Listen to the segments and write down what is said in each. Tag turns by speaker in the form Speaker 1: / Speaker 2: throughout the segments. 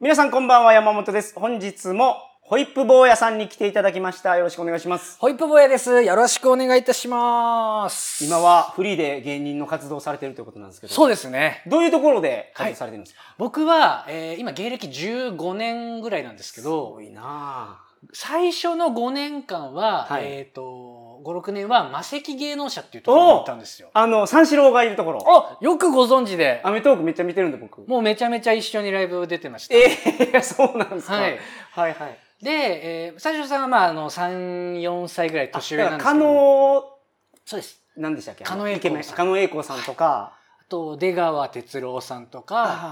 Speaker 1: 皆さんこんばんは、山本です。本日も、ホイップ坊やさんに来ていただきました。よろしくお願いします。
Speaker 2: ホイップ坊やです。よろしくお願いいたします。
Speaker 1: 今はフリーで芸人の活動をされてるということなんですけど、
Speaker 2: そうですね。
Speaker 1: どういうところで活動されてるんですか、
Speaker 2: 僕は、えー今芸歴15年ぐらいなんですけど、
Speaker 1: いな
Speaker 2: 最初の5年間は、
Speaker 1: はい
Speaker 2: えっ、と、5、6年は魔石芸能社っていうところに行ったんですよ。
Speaker 1: あの、三四郎がいるところ。
Speaker 2: あ、よくご存知で、
Speaker 1: アメトークめっちゃ見てるんで、僕。
Speaker 2: もうめちゃめちゃ一緒にライブ出てました。
Speaker 1: ええ そうなんですか。
Speaker 2: はい、
Speaker 1: はい、はい。
Speaker 2: で、えー、最初さんはまあ、あの、3、4歳ぐらい年上なんですけど。
Speaker 1: 可能、
Speaker 2: そうです。
Speaker 1: なんでしたっけ
Speaker 2: 狩野英
Speaker 1: イケ
Speaker 2: 孝さん
Speaker 1: メン狩野英孝さんとか、
Speaker 2: あと、出川哲朗さんと
Speaker 1: あー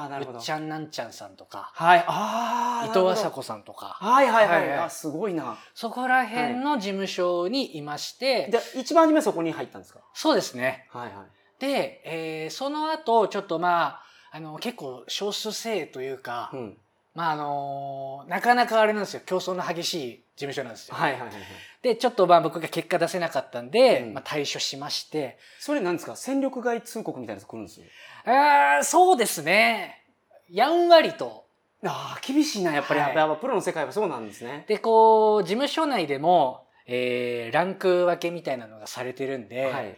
Speaker 2: か
Speaker 1: なるほ、ど
Speaker 2: うっちゃんなんちゃんさんとか、
Speaker 1: はい、ああ
Speaker 2: 伊藤麻子さんとか。
Speaker 1: はいはいはい、
Speaker 2: はいはい
Speaker 1: あすごいな
Speaker 2: そこら辺の事務所にいまして、
Speaker 1: じゃあ一番初めそこに入ったんですか
Speaker 2: そうですね。
Speaker 1: はいはい
Speaker 2: で、えーその後、ちょっとまあ、あの、結構少数精鋭というか、
Speaker 1: うん、
Speaker 2: まああのなかなかあれなんですよ、競争の激しい事務所なんですよ。
Speaker 1: はいはいはいはい
Speaker 2: で、ちょっとまあ僕が結果出せなかったんで、
Speaker 1: うん
Speaker 2: まあ対処しまして、
Speaker 1: それなんですか戦力外通告みたいなやつ来るんですよ
Speaker 2: あーそうですね。やんわりと。
Speaker 1: ああ厳しいなやっぱり、
Speaker 2: はい
Speaker 1: やっぱプロの世界はそうなんですね、
Speaker 2: で、こう、事務所内でも、えーランク分けみたいなのがされてるんで、
Speaker 1: はい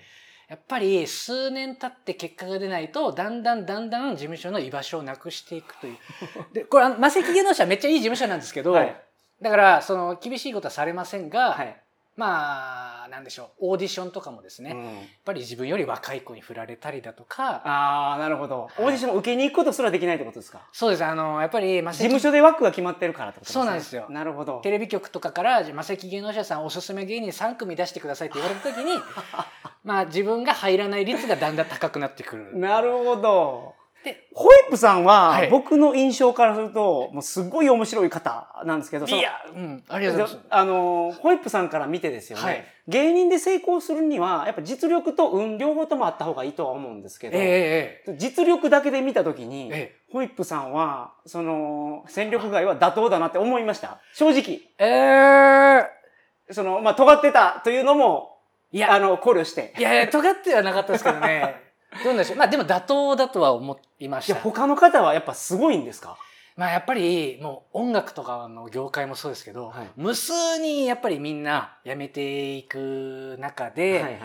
Speaker 2: やっぱり数年経って結果が出ないとだんだんだんだん事務所の居場所をなくしていくという でこれあの魔石芸能社めっちゃいい事務所なんですけど、
Speaker 1: はい
Speaker 2: だからその厳しいことはされませんが、
Speaker 1: はい、
Speaker 2: まあなんでしょうオーディションとかもですね、
Speaker 1: う
Speaker 2: やっ
Speaker 1: ん、
Speaker 2: ぱり自分より若い子に振られたりだとか
Speaker 1: ああなるほど、オーディションを受けに行くことすらできないってことですか
Speaker 2: そうですあのやっぱり魔
Speaker 1: 事
Speaker 2: 石
Speaker 1: 務所で枠が決まってるからってことですね
Speaker 2: そうなんですよ
Speaker 1: なるほど
Speaker 2: テレビ局とかから魔石芸能社さんおすすめ芸人3組出してくださいって言われた 時にまあ自分が入らない率がだんだん高くなってくる。
Speaker 1: なるほど
Speaker 2: で
Speaker 1: ホイップさんは、
Speaker 2: はい
Speaker 1: 僕の印象からするともうすごい面白い方なんですけどその
Speaker 2: いや、うん、ありがとうございます。
Speaker 1: あのホイップさんから見てですよね、
Speaker 2: はい
Speaker 1: 芸人で成功するにはやっぱ実力と運両方ともあった方がいいとは思うんですけど、
Speaker 2: え
Speaker 1: 実力だけで見た時に、
Speaker 2: ええ
Speaker 1: ホイップさんはその戦力外は妥当だなって思いました正直
Speaker 2: えええ
Speaker 1: そのまあ尖ってたというのも
Speaker 2: い
Speaker 1: あ
Speaker 2: や、
Speaker 1: の考慮して
Speaker 2: いや、尖ってはなかったですけ どね。どうなんでしょう。まあでも妥当だとは思いま
Speaker 1: い
Speaker 2: し
Speaker 1: や
Speaker 2: た。
Speaker 1: 他の方はやっぱすごいんですか
Speaker 2: まあやっぱり、もう音楽とかの業界もそうですけど、
Speaker 1: はい
Speaker 2: 無数にやっぱりみんな辞めていく中で、
Speaker 1: はいはい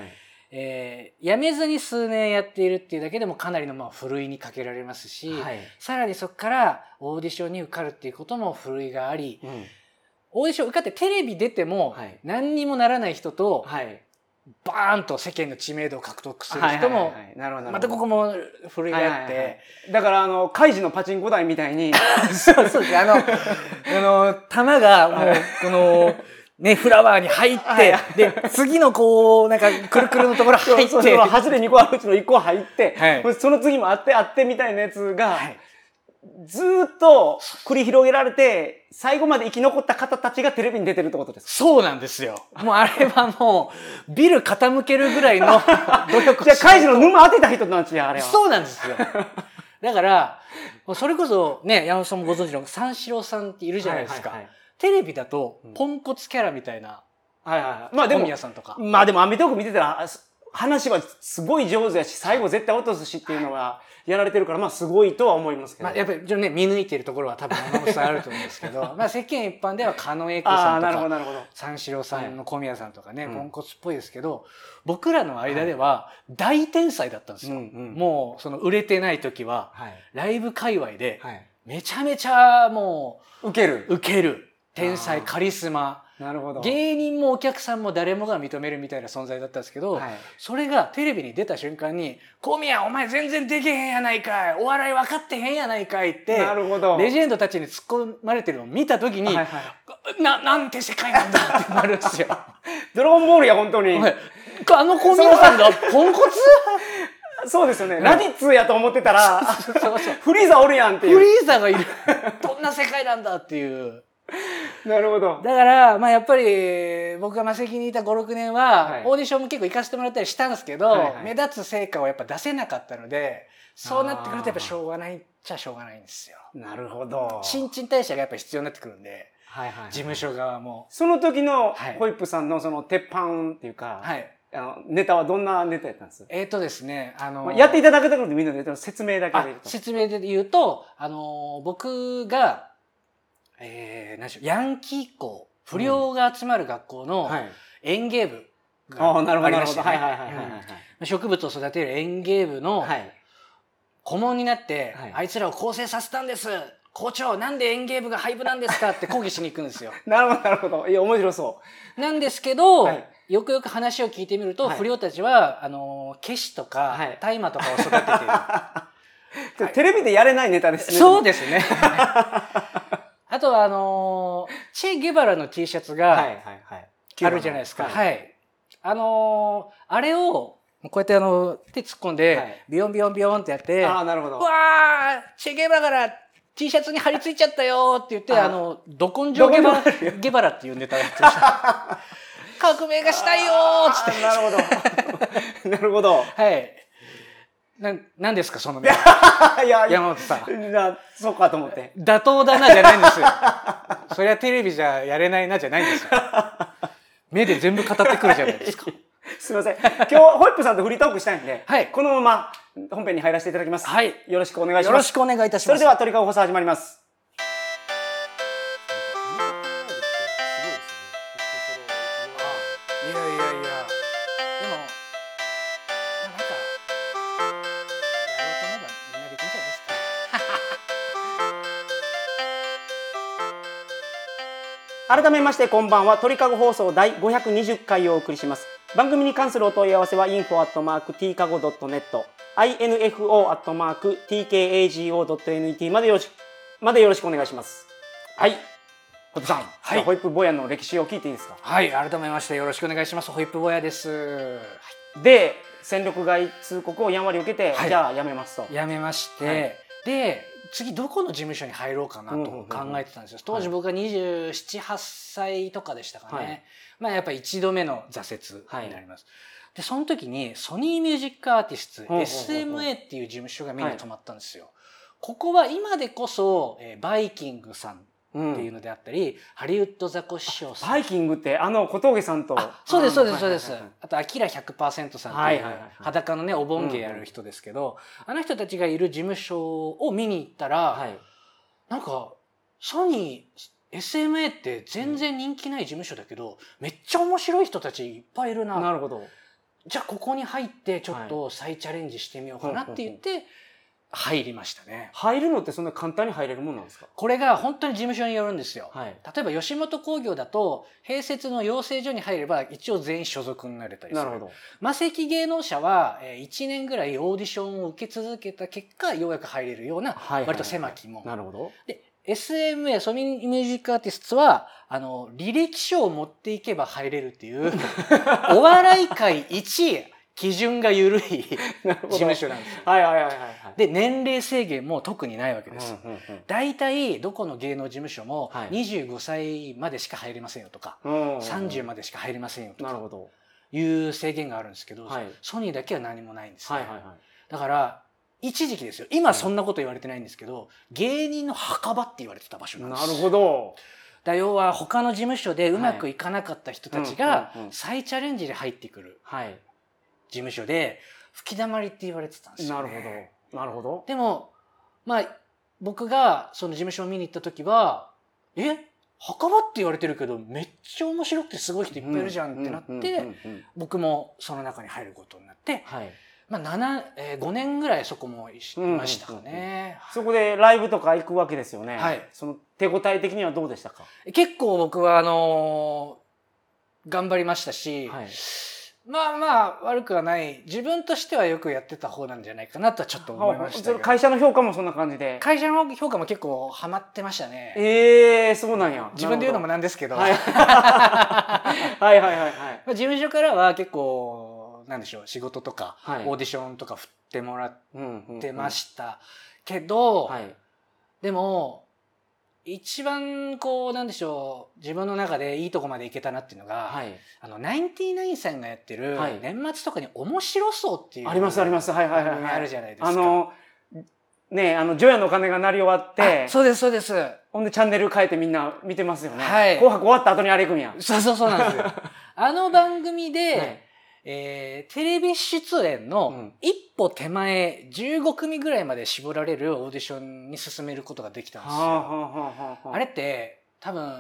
Speaker 2: えー辞めずに数年やっているっていうだけでもかなりのまあふるいにかけられますし、
Speaker 1: はい
Speaker 2: さらにそこからオーディションに受かるっていうこともふるいがあり、
Speaker 1: うん
Speaker 2: オーディション受かってテレビ出ても
Speaker 1: はい
Speaker 2: 何にもならない人と、
Speaker 1: はい
Speaker 2: バーンと世間の知名度を獲得する人
Speaker 1: はい
Speaker 2: も
Speaker 1: はい、はいなるほどなるほど
Speaker 2: またここも古いがあっ
Speaker 1: はいはいはい
Speaker 2: て、
Speaker 1: だからあのカイジのパチンコ台みたいに
Speaker 2: そうそうですあの、あの、玉がもう、この、ね、フラワーに入って、で、次のこう、なんか、くるくるのところ
Speaker 1: そう
Speaker 2: 入っ
Speaker 1: そう
Speaker 2: て、
Speaker 1: そう外れ2個あるうちの1個入って、
Speaker 2: はい
Speaker 1: その次もあってあってみたいなやつが、
Speaker 2: はい
Speaker 1: ずーっと繰り広げられて最後まで生き残った方たちがテレビに出てるってことですか
Speaker 2: そうなんですよ。もうあれはもう、ビル傾けるぐらい の努力を
Speaker 1: じゃあ
Speaker 2: しない
Speaker 1: カイジの沼当てた人なんですよあれは
Speaker 2: そうなんですよ。だから、もうそれこそ、ね、山本さんもご存知の三四郎さんっているじゃないですか。
Speaker 1: はいはい
Speaker 2: テレビだと
Speaker 1: うん、
Speaker 2: ポンコツキャラみたいな、
Speaker 1: はいはいはいまあで
Speaker 2: 小
Speaker 1: も
Speaker 2: 宮さんとか。
Speaker 1: まあでもアメトーク見てたらあす話はすごい上手やし最後絶対落とすしっていうのはやられてるからまあすごいとは思いますけど、
Speaker 2: まあ、やっぱりちょっとね見抜いてるところは多分山本さんあると思うんですけ どまあ世間一般では狩野英孝
Speaker 1: あ
Speaker 2: さ
Speaker 1: あ
Speaker 2: んと
Speaker 1: なるほど
Speaker 2: か
Speaker 1: なるほど
Speaker 2: 三四郎さんの小宮さんとかね、
Speaker 1: うん
Speaker 2: ポンコツっぽいですけど僕らの間では大天才だったんですよ、
Speaker 1: うんうん
Speaker 2: もうその売れてない時は
Speaker 1: はい
Speaker 2: ライブ界隈で
Speaker 1: はい
Speaker 2: めちゃめちゃも
Speaker 1: 受ける
Speaker 2: うウケる天才
Speaker 1: あー
Speaker 2: カリスマ
Speaker 1: なるほど
Speaker 2: 芸人もお客さんも誰もが認めるみたいな存在だったんですけど、
Speaker 1: はい
Speaker 2: それがテレビに出た瞬間に「小宮お前全然できへんやないかいお笑い分かってへんやないかい」って
Speaker 1: なるほど
Speaker 2: レジェンドたちに突っ込まれてるのを見た時に、
Speaker 1: はいはい
Speaker 2: ななんて世界なんだってなるんですよ。
Speaker 1: ドラゴンボールや本当に、
Speaker 2: はいあの小宮さんがポンコツ
Speaker 1: そうですよね、
Speaker 2: ん
Speaker 1: ラディッツやと思ってたら
Speaker 2: そうそう
Speaker 1: フリーザおるやんって
Speaker 2: フ
Speaker 1: いう
Speaker 2: リーザがいるどんな世界なんだっていう。
Speaker 1: なるほど
Speaker 2: だから、まあ、やっぱり僕が魔石にいた56年は、
Speaker 1: はい
Speaker 2: オーディションも結構行かせてもらったりしたんですけど、
Speaker 1: はいはい
Speaker 2: 目立つ成果をやっぱ出せなかったのでそうなってくるとやっぱしょうがないっちゃしょうがないんですよ。
Speaker 1: なるほど
Speaker 2: 新陳代謝がやっぱ必要になってくるんで
Speaker 1: はいはいはい
Speaker 2: 事務所側も。
Speaker 1: その時の
Speaker 2: はい
Speaker 1: ホイップさんのその鉄板っていうか、
Speaker 2: はい
Speaker 1: あのネタはどんなネタやったんです
Speaker 2: えっ、とですね、あの
Speaker 1: まあやっていただけたことでみんなで説明だけ
Speaker 2: あ
Speaker 1: でいいと
Speaker 2: 説明で言うと、あの僕が、えー、何でしょう、ヤンキー校、不良が集まる学校の
Speaker 1: はい。
Speaker 2: 園芸部
Speaker 1: ああ、
Speaker 2: が
Speaker 1: なるほ
Speaker 2: あ
Speaker 1: ど、
Speaker 2: り
Speaker 1: な
Speaker 2: ま
Speaker 1: るほ
Speaker 2: し
Speaker 1: ど。
Speaker 2: た
Speaker 1: はい
Speaker 2: ね
Speaker 1: はいはいはいはい。
Speaker 2: 植物を育てる園芸部の
Speaker 1: はい。
Speaker 2: 顧問になって、
Speaker 1: はい
Speaker 2: あいつらを更生させたんです校長なんで園芸部が廃部なんですかって抗議しに行くんで すよ
Speaker 1: なるほど、なるほど。いや、面白そ
Speaker 2: なんですけど、
Speaker 1: はい
Speaker 2: よくよく話を聞いてみると、
Speaker 1: はい
Speaker 2: 不良たちはあのケシとか
Speaker 1: はい
Speaker 2: 大麻、とかを育てている
Speaker 1: う。テレビでやれないネタですね。
Speaker 2: そう
Speaker 1: で
Speaker 2: ですね。 あとは、あのーチェ・ゲバラの T シャツ
Speaker 1: はい
Speaker 2: が
Speaker 1: はいはい。
Speaker 2: あるじゃないですか。
Speaker 1: はい。
Speaker 2: はい。あのーあれを、こうやってあの、手突っ込んで、
Speaker 1: はい
Speaker 2: ビヨンビヨンビヨンってやって、
Speaker 1: ああ、なるほど。
Speaker 2: うわーチェ・ゲバラ T シャツに貼り付いちゃったよーって言って、
Speaker 1: あー
Speaker 2: あの、ど根性ゲバ
Speaker 1: ど
Speaker 2: ラ、ゲバラっていうネタをやってました。 革命がしたいよーっつって。
Speaker 1: って。 なるほど。なる
Speaker 2: はい。なん、なんですか、その目。
Speaker 1: ほど。 いや、いや、
Speaker 2: 山本さん。
Speaker 1: なそうかと思って。
Speaker 2: 妥当だなじゃないんですよ。そりゃテレビじゃやれないなじゃないんですよ。目で全部語ってくるじゃないですか。
Speaker 1: すみません。今日、ホイップさんとフリートークしたいんで、
Speaker 2: はい
Speaker 1: このまま本編に入らせていただきます。
Speaker 2: はい
Speaker 1: よろしくお願いし
Speaker 2: よ
Speaker 1: ま
Speaker 2: ろ
Speaker 1: す。
Speaker 2: しくお願いいたし
Speaker 1: そ
Speaker 2: ま
Speaker 1: れ
Speaker 2: す。
Speaker 1: では、鳥かご放送始まります。
Speaker 2: いやいやいや。でも、まあなんか、やろうと思えばみんなできるんじゃないですか。
Speaker 1: 改めましてこんばんは鳥かご放送第520回をお送りします番組に関するお問い合わせは info at mark tkago.net info at mark tkago.net までよろしまでよろしくお願いしますはい小手さん、
Speaker 2: はい
Speaker 1: じゃあホイップボヤの歴史を聞いていいですか
Speaker 2: はい、改めましてよろしくお願いします。ホイップ坊やです。
Speaker 1: で戦力外通告をやんわり受けて、
Speaker 2: はい
Speaker 1: じゃあやめますと
Speaker 2: 辞めまして、
Speaker 1: はい
Speaker 2: で次どこの事務所に入ろうかなと考えてたんですよ、
Speaker 1: うんうんうん
Speaker 2: 当時僕が278歳とかでしたかね、
Speaker 1: はい
Speaker 2: まあやっぱり1度目の挫折になります、でその時にソニーミュージックアーティスツ
Speaker 1: ほうほうほう
Speaker 2: SMA っていう事務所が目に留まったんですよ、ここは今でこそ、えーバイキングさん
Speaker 1: うん
Speaker 2: っていうのであったり、ハリウッドザコシショウさん
Speaker 1: バイキングってあの小峠さんと
Speaker 2: あそうですそうですそうです
Speaker 1: はいはいはい
Speaker 2: あと「アキラ100%」さん
Speaker 1: は
Speaker 2: ってい
Speaker 1: いうはいはいはい
Speaker 2: 裸のねお盆芸やる人ですけど、あの人たちがいる事務所を見に行ったら、
Speaker 1: はいはい
Speaker 2: なんかソニー SMA って全然人気ない事務所だけど、めっちゃ面白い人たちいっぱいいるな
Speaker 1: なるほど
Speaker 2: じゃあここに入ってちょっと再チャレンジしてみようかなって言って入りましたね。
Speaker 1: 入るのってそんな簡単に入れるもんなんですか
Speaker 2: これが本当に事務所によるんですよ。
Speaker 1: はい
Speaker 2: 例えば吉本興業だと併設の養成所に入れば一応全員所属になれたりす
Speaker 1: な
Speaker 2: る
Speaker 1: るほど
Speaker 2: 魔石芸能者は1年ぐらいオーディションを受け続けた結果ようやく入れるような
Speaker 1: はいはいはい
Speaker 2: 割と狭き門、
Speaker 1: なるほど
Speaker 2: SMA ソニーミュージックアーティストはあの履歴書を持っていけば入れるっ ていうお笑い界1位基準が緩い 事
Speaker 1: なるほど
Speaker 2: 務所なんですよ。
Speaker 1: はいはいはいはいはい。
Speaker 2: で年齢制限も特にないわけです。
Speaker 1: うんうん
Speaker 2: 大体どこの芸能事務所も
Speaker 1: はい
Speaker 2: 25歳までしか入れませんよとか、
Speaker 1: うん、
Speaker 2: 30までしか入れませんよと
Speaker 1: なる
Speaker 2: か
Speaker 1: ほど。
Speaker 2: いう制限があるんですけど、
Speaker 1: はい
Speaker 2: ソニーだけは何もないんですね、
Speaker 1: はいはいは
Speaker 2: だから一時期ですよ今そんなこと言われてないんですけど、芸人の墓場って言われてた場所
Speaker 1: い。
Speaker 2: なんで
Speaker 1: な
Speaker 2: す
Speaker 1: るほど。
Speaker 2: だ要は他の事務所でうまくいかなかった人たちが
Speaker 1: うんうんうん
Speaker 2: 再チャレンジで入ってくる
Speaker 1: はい。
Speaker 2: 事務所で吹き溜まりって言われてたんです
Speaker 1: な
Speaker 2: よ、
Speaker 1: る
Speaker 2: ね、
Speaker 1: ほど。なるほど。
Speaker 2: でもまあ僕がその事務所を見に行った時はえ墓場って言われてるけどめっちゃ面白くてすごい人いっぱいいるじゃんってなって、
Speaker 1: うんうんうんうん
Speaker 2: 僕もその中に入ることになって、
Speaker 1: はい。
Speaker 2: まあ7えー、5年ぐらいそこもいしい
Speaker 1: うんうんうん
Speaker 2: ましたかね、
Speaker 1: そこでライブとか行くわけですよね。
Speaker 2: はい
Speaker 1: その手応え的にはどうでしたか。
Speaker 2: 結構僕はあのー頑張りましたし、
Speaker 1: はい。
Speaker 2: まあまあ悪くはない自分としてはよくやってた方なんじゃないかなとはちょっと思いまし
Speaker 1: そ
Speaker 2: た
Speaker 1: れ
Speaker 2: けど
Speaker 1: 会社の評価もそんな感じで。
Speaker 2: 会社の評価も結構ハマってましたね
Speaker 1: ええー、そうなんや。
Speaker 2: 自分で言うのも
Speaker 1: な
Speaker 2: なんですけど、
Speaker 1: るほど。はい。はいはいはいはい。
Speaker 2: まあ、事務所からは結構なんでしょう仕事とか、
Speaker 1: はい
Speaker 2: オーディションとか振ってもらっ
Speaker 1: うんうんうん
Speaker 2: てましたけど、
Speaker 1: はい。
Speaker 2: でも一番こうなんでしょう自分の中でいいとこまでいけたなっていうのが、
Speaker 1: はい。
Speaker 2: あのナインティナインさんがやってる
Speaker 1: はい
Speaker 2: 年末とかに面白そうっていう
Speaker 1: ありますあります。はいはいはいはい。
Speaker 2: あるじゃないですか。
Speaker 1: あの。ねえ、あの、除夜の鐘が鳴り終わって
Speaker 2: あ。そうですそうです。
Speaker 1: ほんでチャンネル変えてみんな見てますよね。
Speaker 2: はい
Speaker 1: 紅白終わった後にあれ行くんや。
Speaker 2: そうそうそうなんですよ。あの番組で、
Speaker 1: はい
Speaker 2: えーテレビ出演
Speaker 1: う
Speaker 2: の
Speaker 1: ん
Speaker 2: 一歩手前15組ぐらいまで絞られるオーディションに進めることができたん
Speaker 1: はあ
Speaker 2: です
Speaker 1: は
Speaker 2: よ。
Speaker 1: あはあはあ。
Speaker 2: あれって多分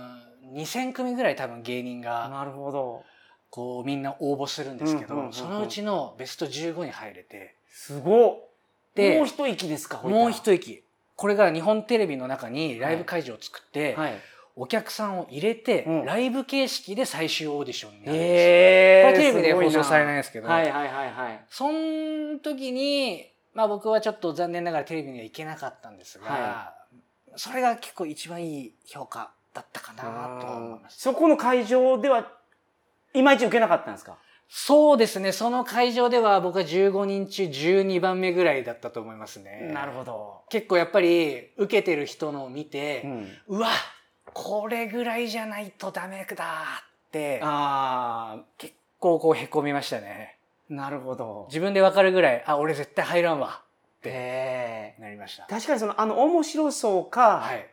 Speaker 2: 2,000組ぐらい多分芸人が
Speaker 1: なるほど。
Speaker 2: こうみんな応募するんですけ
Speaker 1: うんうんうんう
Speaker 2: ど
Speaker 1: ん
Speaker 2: そのうちのベスト15に入れて
Speaker 1: すごっ。
Speaker 2: で
Speaker 1: もう一息ですか、ほいたら
Speaker 2: もう。一息これが日本テレビの中にライブ会場を作って
Speaker 1: はい。
Speaker 2: お客さんを入れて
Speaker 1: うん
Speaker 2: ライブ形式で最終オーディションになるんですよ
Speaker 1: え
Speaker 2: こ
Speaker 1: え
Speaker 2: れテレビで放送されない
Speaker 1: い
Speaker 2: んですけど
Speaker 1: はいはいはいはい。
Speaker 2: その時にまあ僕はちょっと残念ながらテレビには行けなかったんです
Speaker 1: は
Speaker 2: がそれが結構一番いい評価だったかなとは思いま
Speaker 1: うん
Speaker 2: す。
Speaker 1: そこの会場では、いまいち受けなかったんですか
Speaker 2: そうですね。その会場では僕は15人中12番目ぐらいだったと思いますね。ど。
Speaker 1: ほど。
Speaker 2: 結構やっぱり受けてる人のを見
Speaker 1: う
Speaker 2: て、
Speaker 1: ん。
Speaker 2: うわこれぐらいじゃないとダメだって、
Speaker 1: あ
Speaker 2: 結構こうへこみましたね。
Speaker 1: あ、なるほど。
Speaker 2: 自分でわかるぐらい、あ、俺絶対入らんわ。て
Speaker 1: ええ
Speaker 2: なりました。
Speaker 1: 確かにその、あの、面白そうか、
Speaker 2: はい。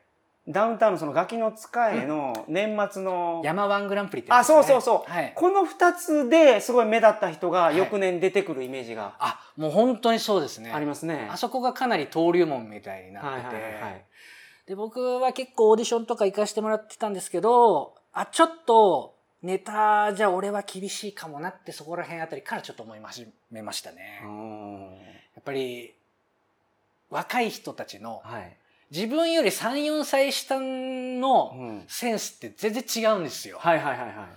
Speaker 1: ダウンタウンのそのガキの使いの年末の、
Speaker 2: 山ワングランプリってや
Speaker 1: あ、
Speaker 2: つですね、
Speaker 1: そうそうそう。
Speaker 2: はい。
Speaker 1: この二つですごい目立った人が
Speaker 2: い
Speaker 1: 翌年出てくるイメージが
Speaker 2: あ、もう本当にそうですね。
Speaker 1: ありますね。
Speaker 2: あそこがかなり登竜門みたいにな
Speaker 1: は
Speaker 2: っ
Speaker 1: い
Speaker 2: て
Speaker 1: は
Speaker 2: て、
Speaker 1: いはい。
Speaker 2: で、僕は結構オーディションとか行かしてもらってたんですけど、あ、ちょっと、ネタじゃ俺は厳しいかもなってそこら辺あたりからちょっと思い始めましたね。
Speaker 1: う
Speaker 2: や
Speaker 1: ん
Speaker 2: っぱり、若い人たちの、
Speaker 1: はい。
Speaker 2: 自分より3、4歳下
Speaker 1: う
Speaker 2: の
Speaker 1: ん
Speaker 2: センスって全然違うんですよ。
Speaker 1: はいはいはいは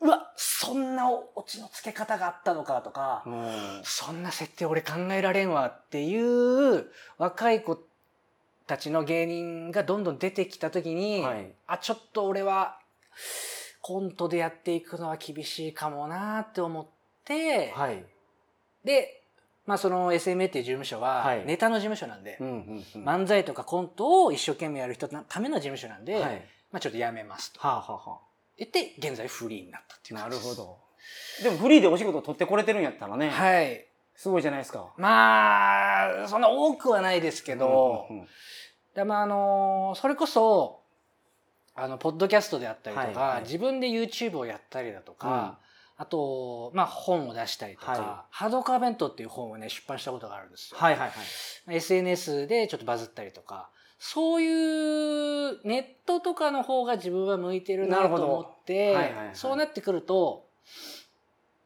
Speaker 2: うわ、そんなオチのつけ方があったのかとか、
Speaker 1: いうん。
Speaker 2: そんな設定俺考えられんわっていう若い子たちの芸人がどんどん出てきた時に、
Speaker 1: はい
Speaker 2: あ、ちょっと俺はコントでやっていくのは厳しいかもなって思って、
Speaker 1: はい。
Speaker 2: で、まあその SMA っていう事務所は
Speaker 1: はい
Speaker 2: ネタの事務所なんで、
Speaker 1: うんうんうん
Speaker 2: 漫才とかコントを一生懸命やる人のための事務所なんで、
Speaker 1: はい。
Speaker 2: まあちょっとやめますと
Speaker 1: はあはあは
Speaker 2: 言って、現在フリーになったって
Speaker 1: あ。
Speaker 2: いう感じです。
Speaker 1: ど。でもフリーでお仕事取ってこれてるんやったらね、
Speaker 2: はい。
Speaker 1: すごいじゃないですか。
Speaker 2: まあ、そんな多くはないですけど、
Speaker 1: うんうんうん
Speaker 2: でまあ、あのそれこそ、あの、ポッドキャストであったりとか、
Speaker 1: はいはい
Speaker 2: 自分で YouTube をやったりだとか、あと、まあ、本を出したりとか、
Speaker 1: は
Speaker 2: ハードカー弁当っていう本をね、出版したことがあるんですよ。
Speaker 1: はいはいはい。
Speaker 2: SNS でちょっとバズったりとか、そういうネットとかの方が自分は向いてる
Speaker 1: な
Speaker 2: なと
Speaker 1: るほど
Speaker 2: 思って、
Speaker 1: はいはいはい
Speaker 2: そうなってくると、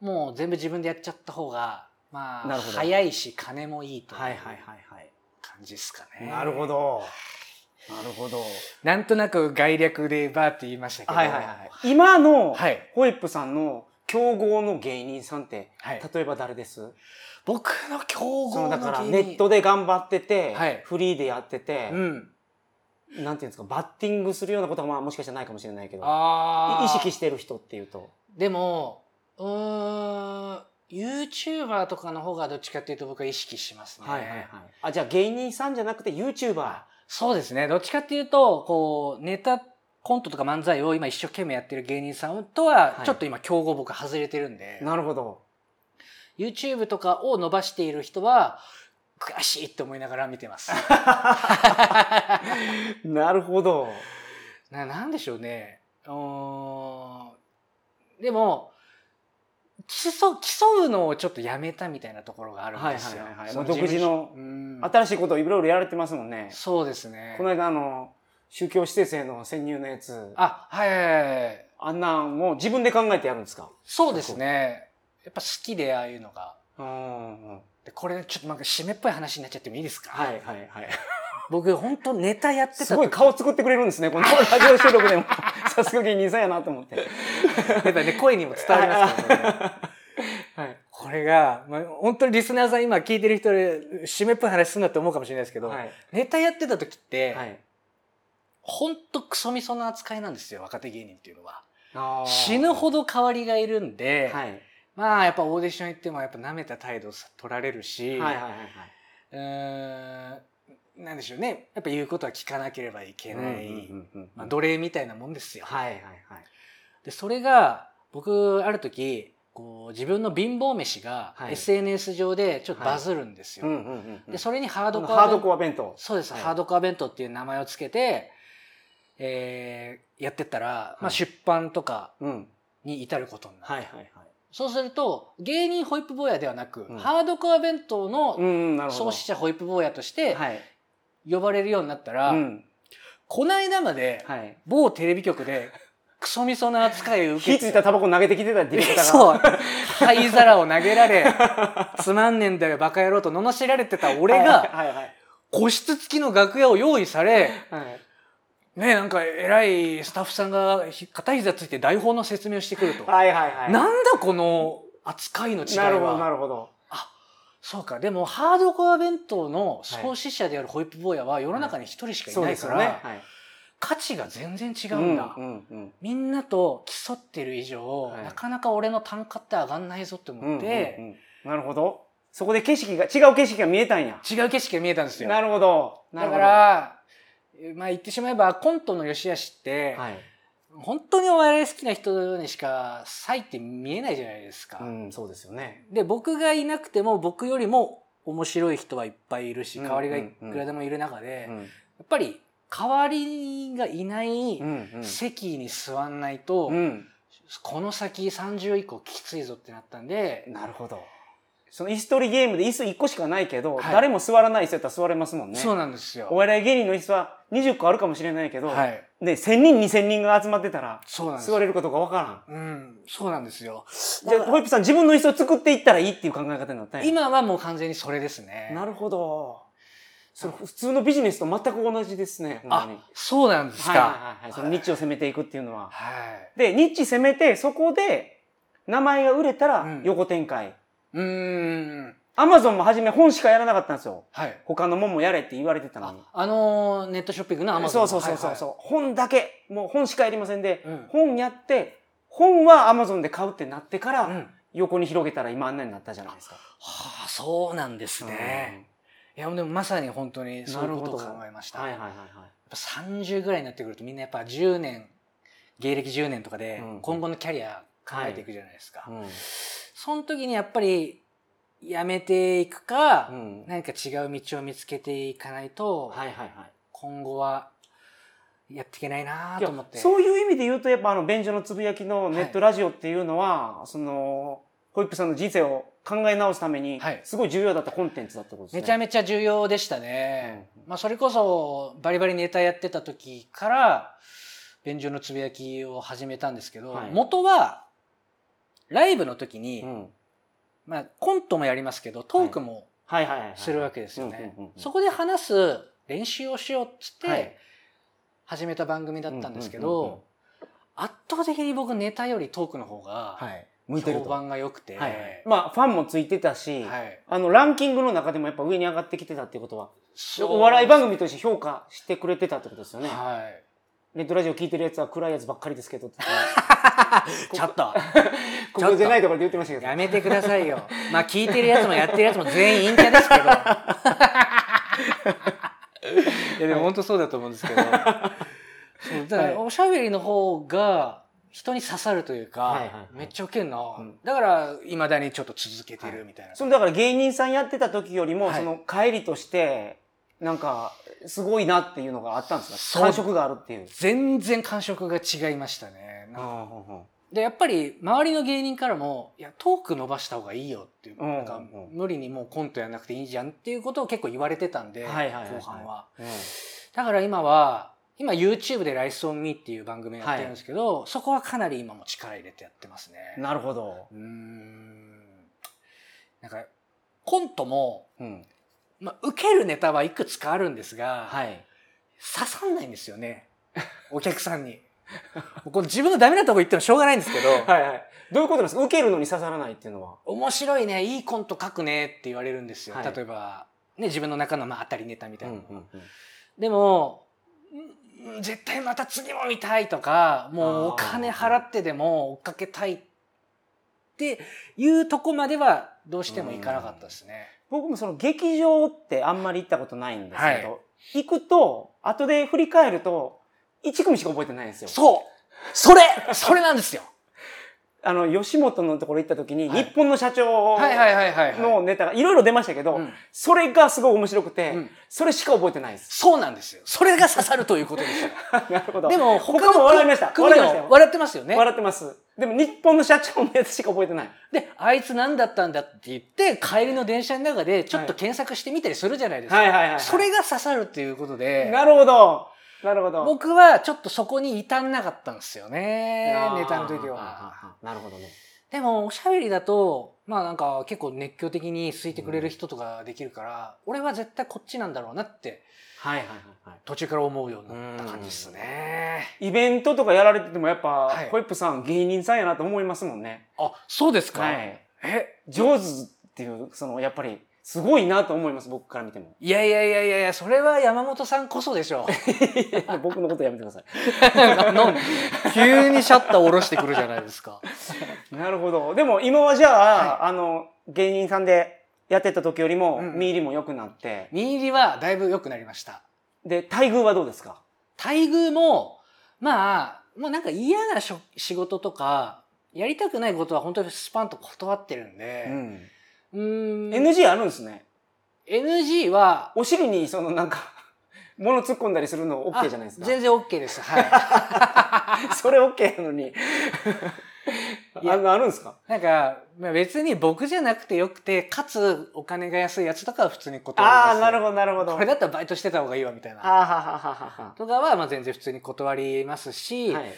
Speaker 2: もう全部自分でやっちゃった方が、ま
Speaker 1: な
Speaker 2: あ、
Speaker 1: るほど
Speaker 2: 早いし金もいいという
Speaker 1: はいはいはい
Speaker 2: 感じですか
Speaker 1: はい。
Speaker 2: ね。
Speaker 1: なるほ。ど。なるほど。
Speaker 2: なんとなく概略でバーって言いましたけど、
Speaker 1: はいはいはい。今の、
Speaker 2: はい
Speaker 1: ホイップさんの競合の芸人さんって、
Speaker 2: はい
Speaker 1: 例えば誰です
Speaker 2: 僕の競
Speaker 1: そ
Speaker 2: 合
Speaker 1: の
Speaker 2: の
Speaker 1: だから
Speaker 2: 芸人
Speaker 1: ネットで頑張ってて、
Speaker 2: はい
Speaker 1: フリーでやってて、
Speaker 2: うん。
Speaker 1: なんていうんですかバッティングするようなことはまあもしかしたらないかもしれないけど
Speaker 2: あ
Speaker 1: い
Speaker 2: ー
Speaker 1: 意識してる人っていうと
Speaker 2: でも、うーん、YouTuber とかの方がどっちかっていうと僕は意識しますね。
Speaker 1: あじゃあ芸人さんじゃなくて YouTuber
Speaker 2: そうですね。どっちかっていうと、こう、ネタ、コントとか漫才を今一生懸命やってる芸人さんとは
Speaker 1: は、い
Speaker 2: ちょっと今競合僕外れてるんで、
Speaker 1: なるほど
Speaker 2: YouTube とかを伸ばしている人は、悔しいって思いながら見 てます。
Speaker 1: なるほど
Speaker 2: ななんでしょうね。うーん。でも、競う競うのをちょっとやめたみたいなところがあるんですよ。
Speaker 1: はいはいはいはいも
Speaker 2: そ
Speaker 1: う独自の
Speaker 2: うん
Speaker 1: 新しいことをいろいろやられてますもんね
Speaker 2: そうですね
Speaker 1: こ。の間あの宗教施設への潜入のやつあ
Speaker 2: あ、はいはいはいはい。
Speaker 1: んなんを自分で考えてやるんですか
Speaker 2: そうですね。やっぱ好きで、ああいうのが。
Speaker 1: うんうん
Speaker 2: でこれ、ちょっとなんか締めっぽい話になっちゃってもいいですか
Speaker 1: はいはいはい
Speaker 2: 僕、本当ネタやってた時
Speaker 1: すごい顔作ってくれるんですねこのラジオ収録でも さすが芸人さんやなと思って
Speaker 2: やっぱね、声にも伝わりますけどね。
Speaker 1: はい
Speaker 2: これが、まあ、本当にリスナーさん今聞いてる人で、締めっぽい話すんだって思うかもしれないですけど、
Speaker 1: はい
Speaker 2: ネタやってた時って、
Speaker 1: はい
Speaker 2: ほんとクソみそな扱いなんですよ、若手芸人っていうのは。
Speaker 1: あー
Speaker 2: 死ぬほど代わりがいるんで、
Speaker 1: はい
Speaker 2: まあやっぱオーディション行ってもやっぱ舐めた態度取られるし、
Speaker 1: はいはいはいはいう
Speaker 2: ーん、なんでしょうね。やっぱ言うことは聞かなければいけない、
Speaker 1: うんうんうんうん
Speaker 2: まあ、奴隷みたいなもんですよ。
Speaker 1: はいはいはい
Speaker 2: で、それが、僕、ある時、こう自分の貧乏飯が
Speaker 1: はい
Speaker 2: SNS 上でちょっとバズるんですよ。
Speaker 1: うんうんうんうん
Speaker 2: で、それにハー
Speaker 1: あ
Speaker 2: ド
Speaker 1: の
Speaker 2: コア
Speaker 1: ハー
Speaker 2: 弁
Speaker 1: ドコア弁当
Speaker 2: そうです、
Speaker 1: はい
Speaker 2: ハードコア弁当っていう名前をつけて、えーやってったら、
Speaker 1: は
Speaker 2: まあ、
Speaker 1: い
Speaker 2: 出版とか
Speaker 1: うん
Speaker 2: に至ることになる、
Speaker 1: はいはいはい
Speaker 2: そうすると芸人ホイップ坊やではなく、
Speaker 1: うん
Speaker 2: ハードコア弁当
Speaker 1: う
Speaker 2: の
Speaker 1: ん、なるほど。
Speaker 2: 創始者ホイップ坊やとして
Speaker 1: はい。
Speaker 2: 呼ばれるようになった
Speaker 1: う
Speaker 2: ら、
Speaker 1: ん。
Speaker 2: こないだまで
Speaker 1: はい。
Speaker 2: 某テレビ局でクソみそな扱いを
Speaker 1: 火
Speaker 2: 受け
Speaker 1: つい
Speaker 2: て
Speaker 1: たタバコ投げてきてたディレクターが。
Speaker 2: そう灰皿を投げられつまんねえんだよバカ野郎と罵られてた俺が
Speaker 1: はいはいはい
Speaker 2: 個室付きの楽屋を用意され
Speaker 1: はい。
Speaker 2: ねなんか偉いスタッフさんがひ片膝ついて台本の説明をしてくると、
Speaker 1: はいはいはい。
Speaker 2: なんだこの扱いの違い
Speaker 1: なるほど、な
Speaker 2: は
Speaker 1: るほど。
Speaker 2: そうかでもハードコア弁当の創始者であるホイップ坊やは世の中に一人しかい
Speaker 1: そう
Speaker 2: な
Speaker 1: で
Speaker 2: い
Speaker 1: す
Speaker 2: か
Speaker 1: よ
Speaker 2: ら、
Speaker 1: ね。はい
Speaker 2: 価値が全然違うんだ、
Speaker 1: うんうん
Speaker 2: みんなと競ってる以上、
Speaker 1: はい
Speaker 2: なかなか俺の単価って上がんないぞって
Speaker 1: うんうんう
Speaker 2: 思
Speaker 1: ん
Speaker 2: って、
Speaker 1: うんなるほど。そこで景色が、違う景色が見えたんや。
Speaker 2: 違う景色が見えたんですよ。
Speaker 1: なるほど。なる
Speaker 2: だ
Speaker 1: ほ
Speaker 2: か
Speaker 1: ど、
Speaker 2: ら、まあ言ってしまえばコントの良し悪しって、
Speaker 1: はい。
Speaker 2: 本当にお笑い好きな人にしか才って見えないじゃないですか。
Speaker 1: うん、そうですよね。
Speaker 2: で、僕がいなくても僕よりも面白い人はいっぱいいるし、
Speaker 1: うん
Speaker 2: 代わりがい
Speaker 1: うんうん
Speaker 2: くらでもいる中で、
Speaker 1: う
Speaker 2: や
Speaker 1: ん。
Speaker 2: っぱり代わりがいない
Speaker 1: うんうん
Speaker 2: 席に座んないと、
Speaker 1: うん。
Speaker 2: この先30以降きついぞってなったんで、
Speaker 1: なるほど。その椅子取りゲームで椅子1個しかないけど、
Speaker 2: はい
Speaker 1: 誰も座らない椅子やったら座れますもんね。
Speaker 2: そうなんです
Speaker 1: お
Speaker 2: よ。
Speaker 1: 笑い芸人の椅子は20個あるかもしれないけど、
Speaker 2: はい。
Speaker 1: ね、1000人2000人が集まってたら
Speaker 2: そうなんです
Speaker 1: 座れるかどうかわからん。
Speaker 2: うん、そうなんですよ。
Speaker 1: じゃあ、ホイップさん自分の椅子を作っていったらいいっていう考え方になったんや。
Speaker 2: 今はもう完全にそれですね。
Speaker 1: なるほど。それ普通のビジネスと全く同じですね。
Speaker 2: あ
Speaker 1: 本当に、
Speaker 2: そうなんです
Speaker 1: はいはい
Speaker 2: か。
Speaker 1: はいはい。そのニッチを攻めていくっていうのは。
Speaker 2: はい。
Speaker 1: で、ニッチ攻めて、そこで名前が売れた
Speaker 2: う
Speaker 1: ら
Speaker 2: ん
Speaker 1: 横展開。
Speaker 2: うーん。
Speaker 1: アマゾンも初め本しかやらなかったんですよ。
Speaker 2: はい。
Speaker 1: 他のもんもやれって言われてたの
Speaker 2: あ
Speaker 1: に。、
Speaker 2: あのーネットショッピングのアマゾ
Speaker 1: そう
Speaker 2: ン。
Speaker 1: そうそうそう。
Speaker 2: はい
Speaker 1: そう本だけ、もう本しかやりませんで、
Speaker 2: うん
Speaker 1: 本やって、本はアマゾンで買うってなってか
Speaker 2: はい。う
Speaker 1: ら、
Speaker 2: ん。
Speaker 1: 横に広げたら今あんなになったじゃないですか。
Speaker 2: はあ、そうなんですね。いや、でもまさに本当にそういうことを考えまし
Speaker 1: う
Speaker 2: た。
Speaker 1: ん。はい
Speaker 2: やっ
Speaker 1: はいはいはい。
Speaker 2: ぱ30ぐらいになってくるとみんなやっぱ10年、芸歴10年とかで
Speaker 1: うん
Speaker 2: 今後のキャリア考えていくじゃないですか。
Speaker 1: うん
Speaker 2: その時にやっぱりやめていくか、
Speaker 1: うん
Speaker 2: 何か違う道を見つけていかないと、
Speaker 1: はいはいはい。
Speaker 2: 今後はやっていけないなぁ
Speaker 1: いや
Speaker 2: と思って。
Speaker 1: そういう意味で言うとやっぱあの便所のつぶやきのネットラジオっていうのは、そのホイップさんの人生を考え直すために
Speaker 2: はい
Speaker 1: すごい重要だったコンテンツだってことですね。
Speaker 2: めちゃ
Speaker 1: め
Speaker 2: めちゃ重要でしたね。まあ、それこそバリバリネタやってた時から便所のつぶやきを始めたんですけど、
Speaker 1: はい
Speaker 2: 元はライブの時に、
Speaker 1: うん、
Speaker 2: まあ、コントもやりますけどトークも
Speaker 1: はいはいはいはい。
Speaker 2: するわけですよね
Speaker 1: うんうんうん。うん
Speaker 2: そこで話す練習をしようっつっ
Speaker 1: はい
Speaker 2: て始めた番組だったんですけど、
Speaker 1: うんうんうんうん
Speaker 2: 圧倒的に僕ネタよりトークの方が
Speaker 1: はい。向いてる
Speaker 2: 評
Speaker 1: と。はい
Speaker 2: 判が良くて、
Speaker 1: はい。まあファンもついてたし、
Speaker 2: はい
Speaker 1: あのランキングの中でもやっぱ上に上がってきてたっていうことは、
Speaker 2: そう
Speaker 1: お笑い番組として評価してくれてたってことですよね。
Speaker 2: はい。
Speaker 1: ネットラジオ聞いてるやつは暗いやつばっかりですけどって、
Speaker 2: ちょっと、
Speaker 1: こ こじゃないところで言ってましたけど。
Speaker 2: やめてくださいよ。 まあ、聞いてるやつもやってるやつも全員陰キャです けど。いや、でも本当そうだと思うんです けど。そうだか
Speaker 1: はい
Speaker 2: ら、おしゃべりの方が、人に刺さるというか、
Speaker 1: はいはいはい
Speaker 2: めっちゃウケんな。
Speaker 1: ん
Speaker 2: だから、いまだにちょっと続けてるみたいな。
Speaker 1: そのだから芸人さんやってた時よりも、
Speaker 2: はい
Speaker 1: その帰りとしてなんかすごいなっていうのがあったんです
Speaker 2: そ
Speaker 1: か
Speaker 2: う
Speaker 1: 感触があるっていう。
Speaker 2: 全然感触が違いましたね。なんか
Speaker 1: は
Speaker 2: でやっぱり周りの芸人からも「いやトーク伸ばした方がいいよ」っていう、
Speaker 1: うん
Speaker 2: なんか
Speaker 1: うん
Speaker 2: 無理にもうコントやんなくていいじゃんっていうことを結構言われてたん
Speaker 1: い
Speaker 2: で、
Speaker 1: はいはい。
Speaker 2: 後半は。
Speaker 1: うん。
Speaker 2: だから今は今 YouTube で「ライスオンミーっていう番組やってるんですけど、そこはかなり今も力入れてやってますね。
Speaker 1: なるほど。
Speaker 2: うーんなんかコントも、
Speaker 1: うん。
Speaker 2: まあ、受けるネタはいくつかあるんですが、
Speaker 1: はい。
Speaker 2: 刺さんないんですよねお客さんに。 もうこの自分のダメなとこ言ってもしょうがないんですけど。
Speaker 1: はいはい。どういうことなんですか受けるのに刺さらないっていうのは。
Speaker 2: 面白いねいいコント書くねって言われるんですよ、
Speaker 1: はい
Speaker 2: 例えば、ね、自分の中のまあ当たりネタみたいなの、
Speaker 1: うんうん
Speaker 2: でもんん絶対また次も見たいとかもうお金払ってでも追っかけたいっていうとこまではどうしてもいかなかったですね、
Speaker 1: 僕もその劇場ってあんまり行ったことないんですけど、
Speaker 2: は
Speaker 1: 行くと後で振り返ると1組しか覚えてないんですよ。
Speaker 2: そうそれそれなんですよ
Speaker 1: あの、吉本のところ行った時に、
Speaker 2: はい
Speaker 1: 日本の社長
Speaker 2: はいはいはいはいはい。
Speaker 1: のネタがいろいろ出ましたけど、
Speaker 2: うん
Speaker 1: それがすごい面白くて、
Speaker 2: うん
Speaker 1: それしか覚えてない です。
Speaker 2: そうなんですよ。それが刺さるということで すよ。
Speaker 1: なるほど。
Speaker 2: でも、
Speaker 1: 他
Speaker 2: の
Speaker 1: も笑いました。
Speaker 2: 組
Speaker 1: 笑いました
Speaker 2: で
Speaker 1: よ
Speaker 2: も。笑ってますよね。
Speaker 1: 笑ってます。でも日本の社長のやつしか覚えてない。
Speaker 2: で、あいつ何だったんだって言って、帰りの電車の中でちょっと検索してみたりするじゃないですか。
Speaker 1: はいはいはい。
Speaker 2: それが刺さるっていうことで、
Speaker 1: なるほど。なるほど。
Speaker 2: 僕はちょっとそこに至んなかったんですよね
Speaker 1: あ。ー
Speaker 2: ネタの時は。
Speaker 1: あーなるほどね。
Speaker 2: でも、おしゃべりだと、まあなんか結構熱狂的に好いてくれる人とかできるから、俺は絶対こっちなんだろうなって、
Speaker 1: はいはいはいは
Speaker 2: 途中から思うようになった感じですね。
Speaker 1: い。イベントとかやられててもやっぱ、
Speaker 2: はい
Speaker 1: ホイップさん芸人さんやなと思いますもんね。
Speaker 2: あ、そうですか、
Speaker 1: はい。
Speaker 2: え、
Speaker 1: 上手っていう、そのやっぱりすごいなと思います、僕から見ても。
Speaker 2: いやいやいやいやいや、それは山本さんこそでしょ う。
Speaker 1: 僕のことやめてください。
Speaker 2: なんで急にシャッター下ろしてくるじゃないですか。
Speaker 1: なるほど。でも今はじゃあ、あの、芸人さんでやってた時よりも、
Speaker 2: うん
Speaker 1: 身入りも良くなって。
Speaker 2: 身入りはだいぶ良くなりました。
Speaker 1: で、待遇はどうですか
Speaker 2: 待遇も、まあ、もうなんか嫌なしょ仕事とか、やりたくないことは本当にスパンと断ってるん
Speaker 1: う
Speaker 2: で、
Speaker 1: ん。
Speaker 2: うーん
Speaker 1: NG あるんですね。
Speaker 2: NG は、
Speaker 1: お尻にそのなんか、 物突っ込んだりするの OK じゃないです
Speaker 2: あ
Speaker 1: か。
Speaker 2: 全然 OK です。 はい。
Speaker 1: それ OK なの に。
Speaker 2: いや
Speaker 1: あのあるんですか
Speaker 2: なんか、まあ、別に僕じゃなくてよくて、かつお金が安いやつとかは普通に断ります。
Speaker 1: ああ、なる
Speaker 2: ほ
Speaker 1: ほど、なるほど。
Speaker 2: これだったらバイトしてた方がいいわみたい
Speaker 1: あ
Speaker 2: な。
Speaker 1: あ、はははは
Speaker 2: とかは、まあ全然普通に断りますし、
Speaker 1: は。はい。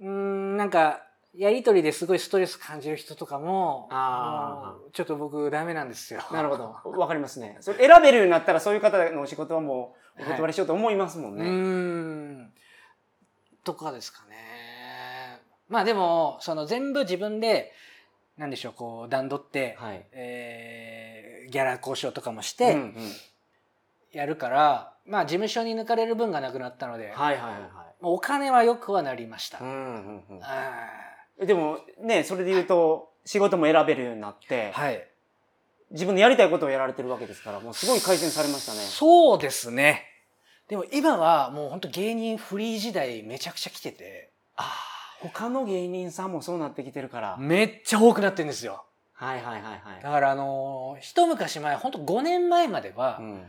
Speaker 2: うーん、なんか、やりとりですごいストレス感じる人とかも、
Speaker 1: あー
Speaker 2: もうちょっと僕ダメなんですよ。
Speaker 1: なるほど。わかりますね。それ選べるようになったら、そういう方のお仕事はもう、お断りしようと思いますもん
Speaker 2: う
Speaker 1: ね。
Speaker 2: ーん。とかですかね。まあでも、その全部自分で、なんでしょう、こう、段取って、
Speaker 1: はい。
Speaker 2: えーギャラ交渉とかもして、
Speaker 1: うんうん
Speaker 2: やるから、まあ事務所に抜かれる分がなくなったので、
Speaker 1: はいはいはいは
Speaker 2: もうお金は良くはなりました。
Speaker 1: い。う
Speaker 2: あ
Speaker 1: んうんうん
Speaker 2: ー
Speaker 1: でもね、それで言うと、仕事も選べるようになって、
Speaker 2: はい。
Speaker 1: 自分のやりたいことをやられてるわけですから、もうすごい改善されましたね。
Speaker 2: そうですね。でも今はもう本当芸人フリー時代めちゃくちゃ来てて、
Speaker 1: ああ、他の芸人さんもそうなってきてるから。
Speaker 2: めっちゃ多くなってるんですよ。
Speaker 1: はいはいはいはい
Speaker 2: だ。からあのー一昔前、本当5年前までは、
Speaker 1: うん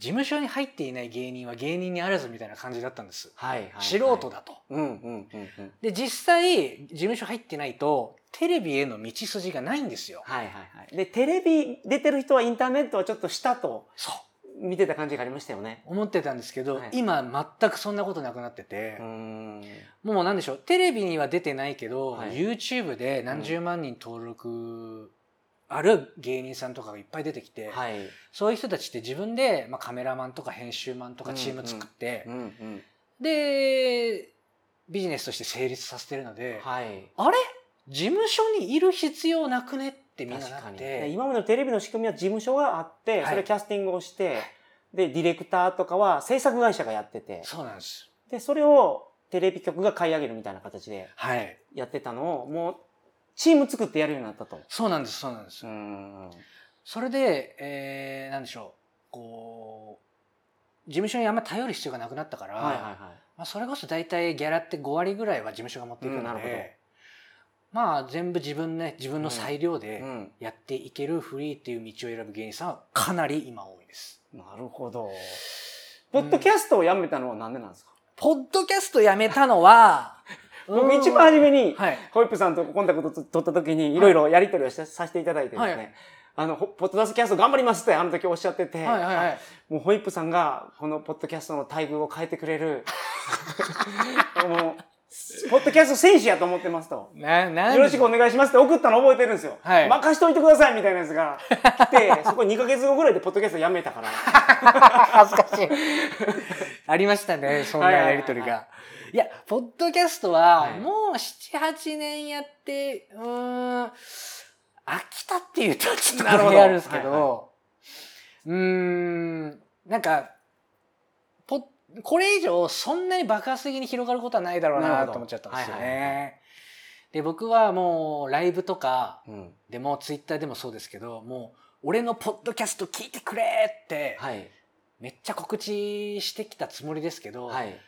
Speaker 2: 事務所に入っていない芸人は芸人にあらずみたいな感じだったんです。
Speaker 1: はいはいはい。
Speaker 2: 素人。だと。
Speaker 1: うんうんうんうん。
Speaker 2: で、実際、事務所入ってないと、テレビへの道筋がないんですよ。
Speaker 1: はいはいはい。で、テレビ出てる人はインターネットはちょっと下と
Speaker 2: そう。
Speaker 1: 見てた感じがありましたよね。
Speaker 2: 思ってたんですけど、
Speaker 1: はい
Speaker 2: 今全くそんなことなくなってて
Speaker 1: うー、ん。
Speaker 2: もうなんでしょうテレビには出てないけど、
Speaker 1: はい
Speaker 2: YouTube で何十万人登録ある芸人さんとかがいっぱい出てきて、
Speaker 1: はい。
Speaker 2: そういう人たちって自分で、まあ、カメラマンとか編集マンと
Speaker 1: う
Speaker 2: か
Speaker 1: ん
Speaker 2: チーム作って、
Speaker 1: うんうん。
Speaker 2: でビジネスとして成立させてるので、
Speaker 1: はい。
Speaker 2: あれ事務所にいる必要なくねってみんな
Speaker 1: 確
Speaker 2: な
Speaker 1: か
Speaker 2: っ
Speaker 1: に。で
Speaker 2: て
Speaker 1: 今までのテレビの仕組みは事務所があって、
Speaker 2: はい
Speaker 1: それキャスティングをして、で、ディレクターとかは制作会社がやってて、
Speaker 2: そうなんです
Speaker 1: で、それをテレビ局が買い上げるみたいな形で
Speaker 2: はい
Speaker 1: やってたのを、もう、チーム作ってやるようになったと。
Speaker 2: そうなんですそうなんです、
Speaker 1: うーん。
Speaker 2: それで、えー、なんでしょうこう事務所にあんま頼る必要がなくなったから、
Speaker 1: はいは
Speaker 2: まあ、それこそ大体ギャラって5割ぐらいは事務所が持っていく
Speaker 1: う
Speaker 2: ので、
Speaker 1: んなるほど
Speaker 2: まあ全部自分ね自分の裁
Speaker 1: い
Speaker 2: 量
Speaker 1: はい。う
Speaker 2: で
Speaker 1: ん。
Speaker 2: やっていけるフリーっていう道を選ぶ芸人さんはかなり今多いです。
Speaker 1: なるほど。ポッドキャストをやめたのは何でなんですか、
Speaker 2: ポッドキャストやめたのは
Speaker 1: 僕一番初めに、
Speaker 2: はい
Speaker 1: ホイップさんとコンタクト取った時に、いろいろやり取りをしたさせていただいてですね、
Speaker 2: はい
Speaker 1: あの、ほポッドキャスト頑張りますってあの時おっしゃってて、
Speaker 2: はいはいはい
Speaker 1: もうホイップさんがこのポッドキャストの待遇を変えてくれ る、もう、ポッドキャスト選手やと思ってますと。
Speaker 2: ななん
Speaker 1: よろしくお願いしますって送ったの覚えてるんですよ。
Speaker 2: はい
Speaker 1: 任しといてくださいみたいなやつ が来て、そこ2ヶ月後ぐらいでポッドキャストやめたから。
Speaker 2: 恥ずかしい ありましたねそんなやりとり
Speaker 1: はいはいは
Speaker 2: が。いやポッドキャスト
Speaker 1: は
Speaker 2: はいもう78年やってうーん飽きたっていうとちょっと
Speaker 1: なるほど
Speaker 2: 語弊あるんですけど
Speaker 1: はい
Speaker 2: うーんなんかポこれ以上そんなに爆発的に広がることはないだろう
Speaker 1: なる
Speaker 2: な
Speaker 1: ほど
Speaker 2: と思っちゃったんですよね。
Speaker 1: はいはい
Speaker 2: で僕はもうライブとか
Speaker 1: うん。
Speaker 2: でもツイッターでもそうですけどもう俺のポッドキャスト聞いてくれって、
Speaker 1: はい。
Speaker 2: めっちゃ告知してきたつもりですけど、
Speaker 1: はい。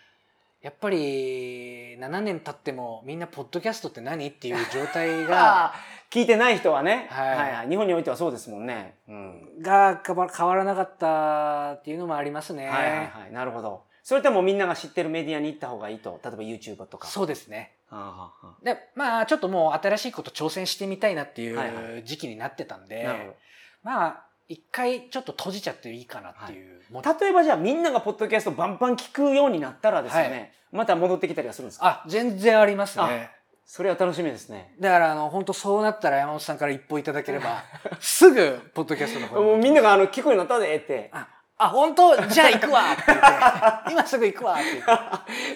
Speaker 2: やっぱり7年経ってもみんなポッドキャストって何って いう状態が
Speaker 1: あー聞いてない人はね、
Speaker 2: はい
Speaker 1: はいはい日本においてはそうですもんね。うん
Speaker 2: が変わ変わらなかったっていうのもありますね。
Speaker 1: はいはいはい、なるほど。それともみんなが知ってるメディアに行った方がいいと、例えば YouTuber とか。
Speaker 2: そうですね。
Speaker 1: はあはあは
Speaker 2: でまあちょっともう新しいこと挑戦してみたいなってい
Speaker 1: はいは
Speaker 2: う時期になってたんで、
Speaker 1: あなる
Speaker 2: まあ一回ちょっと閉じちゃっていいかなっていう、もう
Speaker 1: ほど。例えばじゃあみんながポッドキャストバンバン聞くようになったらですよね、
Speaker 2: は
Speaker 1: また戻ってきたりはするんですか
Speaker 2: あ全然ありますね。
Speaker 1: それは楽しみですね。
Speaker 2: だからあの本当そうなったら山本さんから一報いただけ ればすぐポッドキャストの方に
Speaker 1: もうみんながあの聞くようになったでって。
Speaker 2: ああ本当じゃあ行くわって言って今すぐ行くわって言って。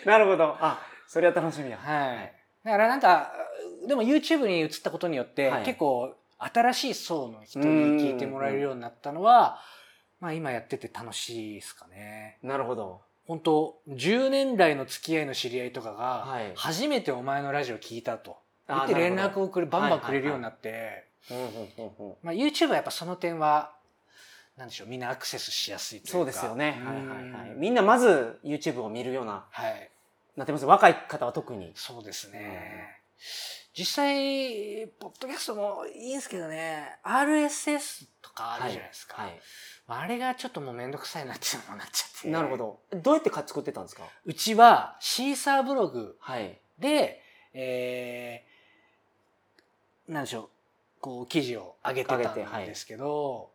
Speaker 1: なるほど。あ、それは楽しみや。
Speaker 2: はい。だからなんか、でも YouTube に移ったことによって、
Speaker 1: はい
Speaker 2: 結構新しい層の人に聞いてもらえるようになったのは、まあ今やってて楽しいですかね。
Speaker 1: なるほど。
Speaker 2: 本当10年来の付き合いの知り合いとかが、
Speaker 1: はい。
Speaker 2: 初めてお前のラジオ聞いたと。言
Speaker 1: あ
Speaker 2: って連絡。をくれ、バンバン
Speaker 1: はいはいはい
Speaker 2: くれるようになって、
Speaker 1: なるほどうんうんうんうん
Speaker 2: まあ YouTube はやっぱその点は、なんでしょう、みんなアクセスしやすいというか。
Speaker 1: そうですよね。はいはいはい。
Speaker 2: うん
Speaker 1: みんなまず YouTube を見るような、
Speaker 2: はい。
Speaker 1: なってます。若い方は特に。
Speaker 2: そうですね。実際、ポッドキャストもいいんですけどね、RSS とかあるじゃないですか。
Speaker 1: はい。
Speaker 2: あれがちょっともうめんどくさいなっていうのもなっちゃって。
Speaker 1: なるほ。ど。どうやってか作ってたんですか
Speaker 2: うちは、シーサーブログ
Speaker 1: はい。
Speaker 2: で、えー、なんでしょう、こう、記事を上げて
Speaker 1: 上
Speaker 2: た
Speaker 1: げてはい
Speaker 2: んですけど、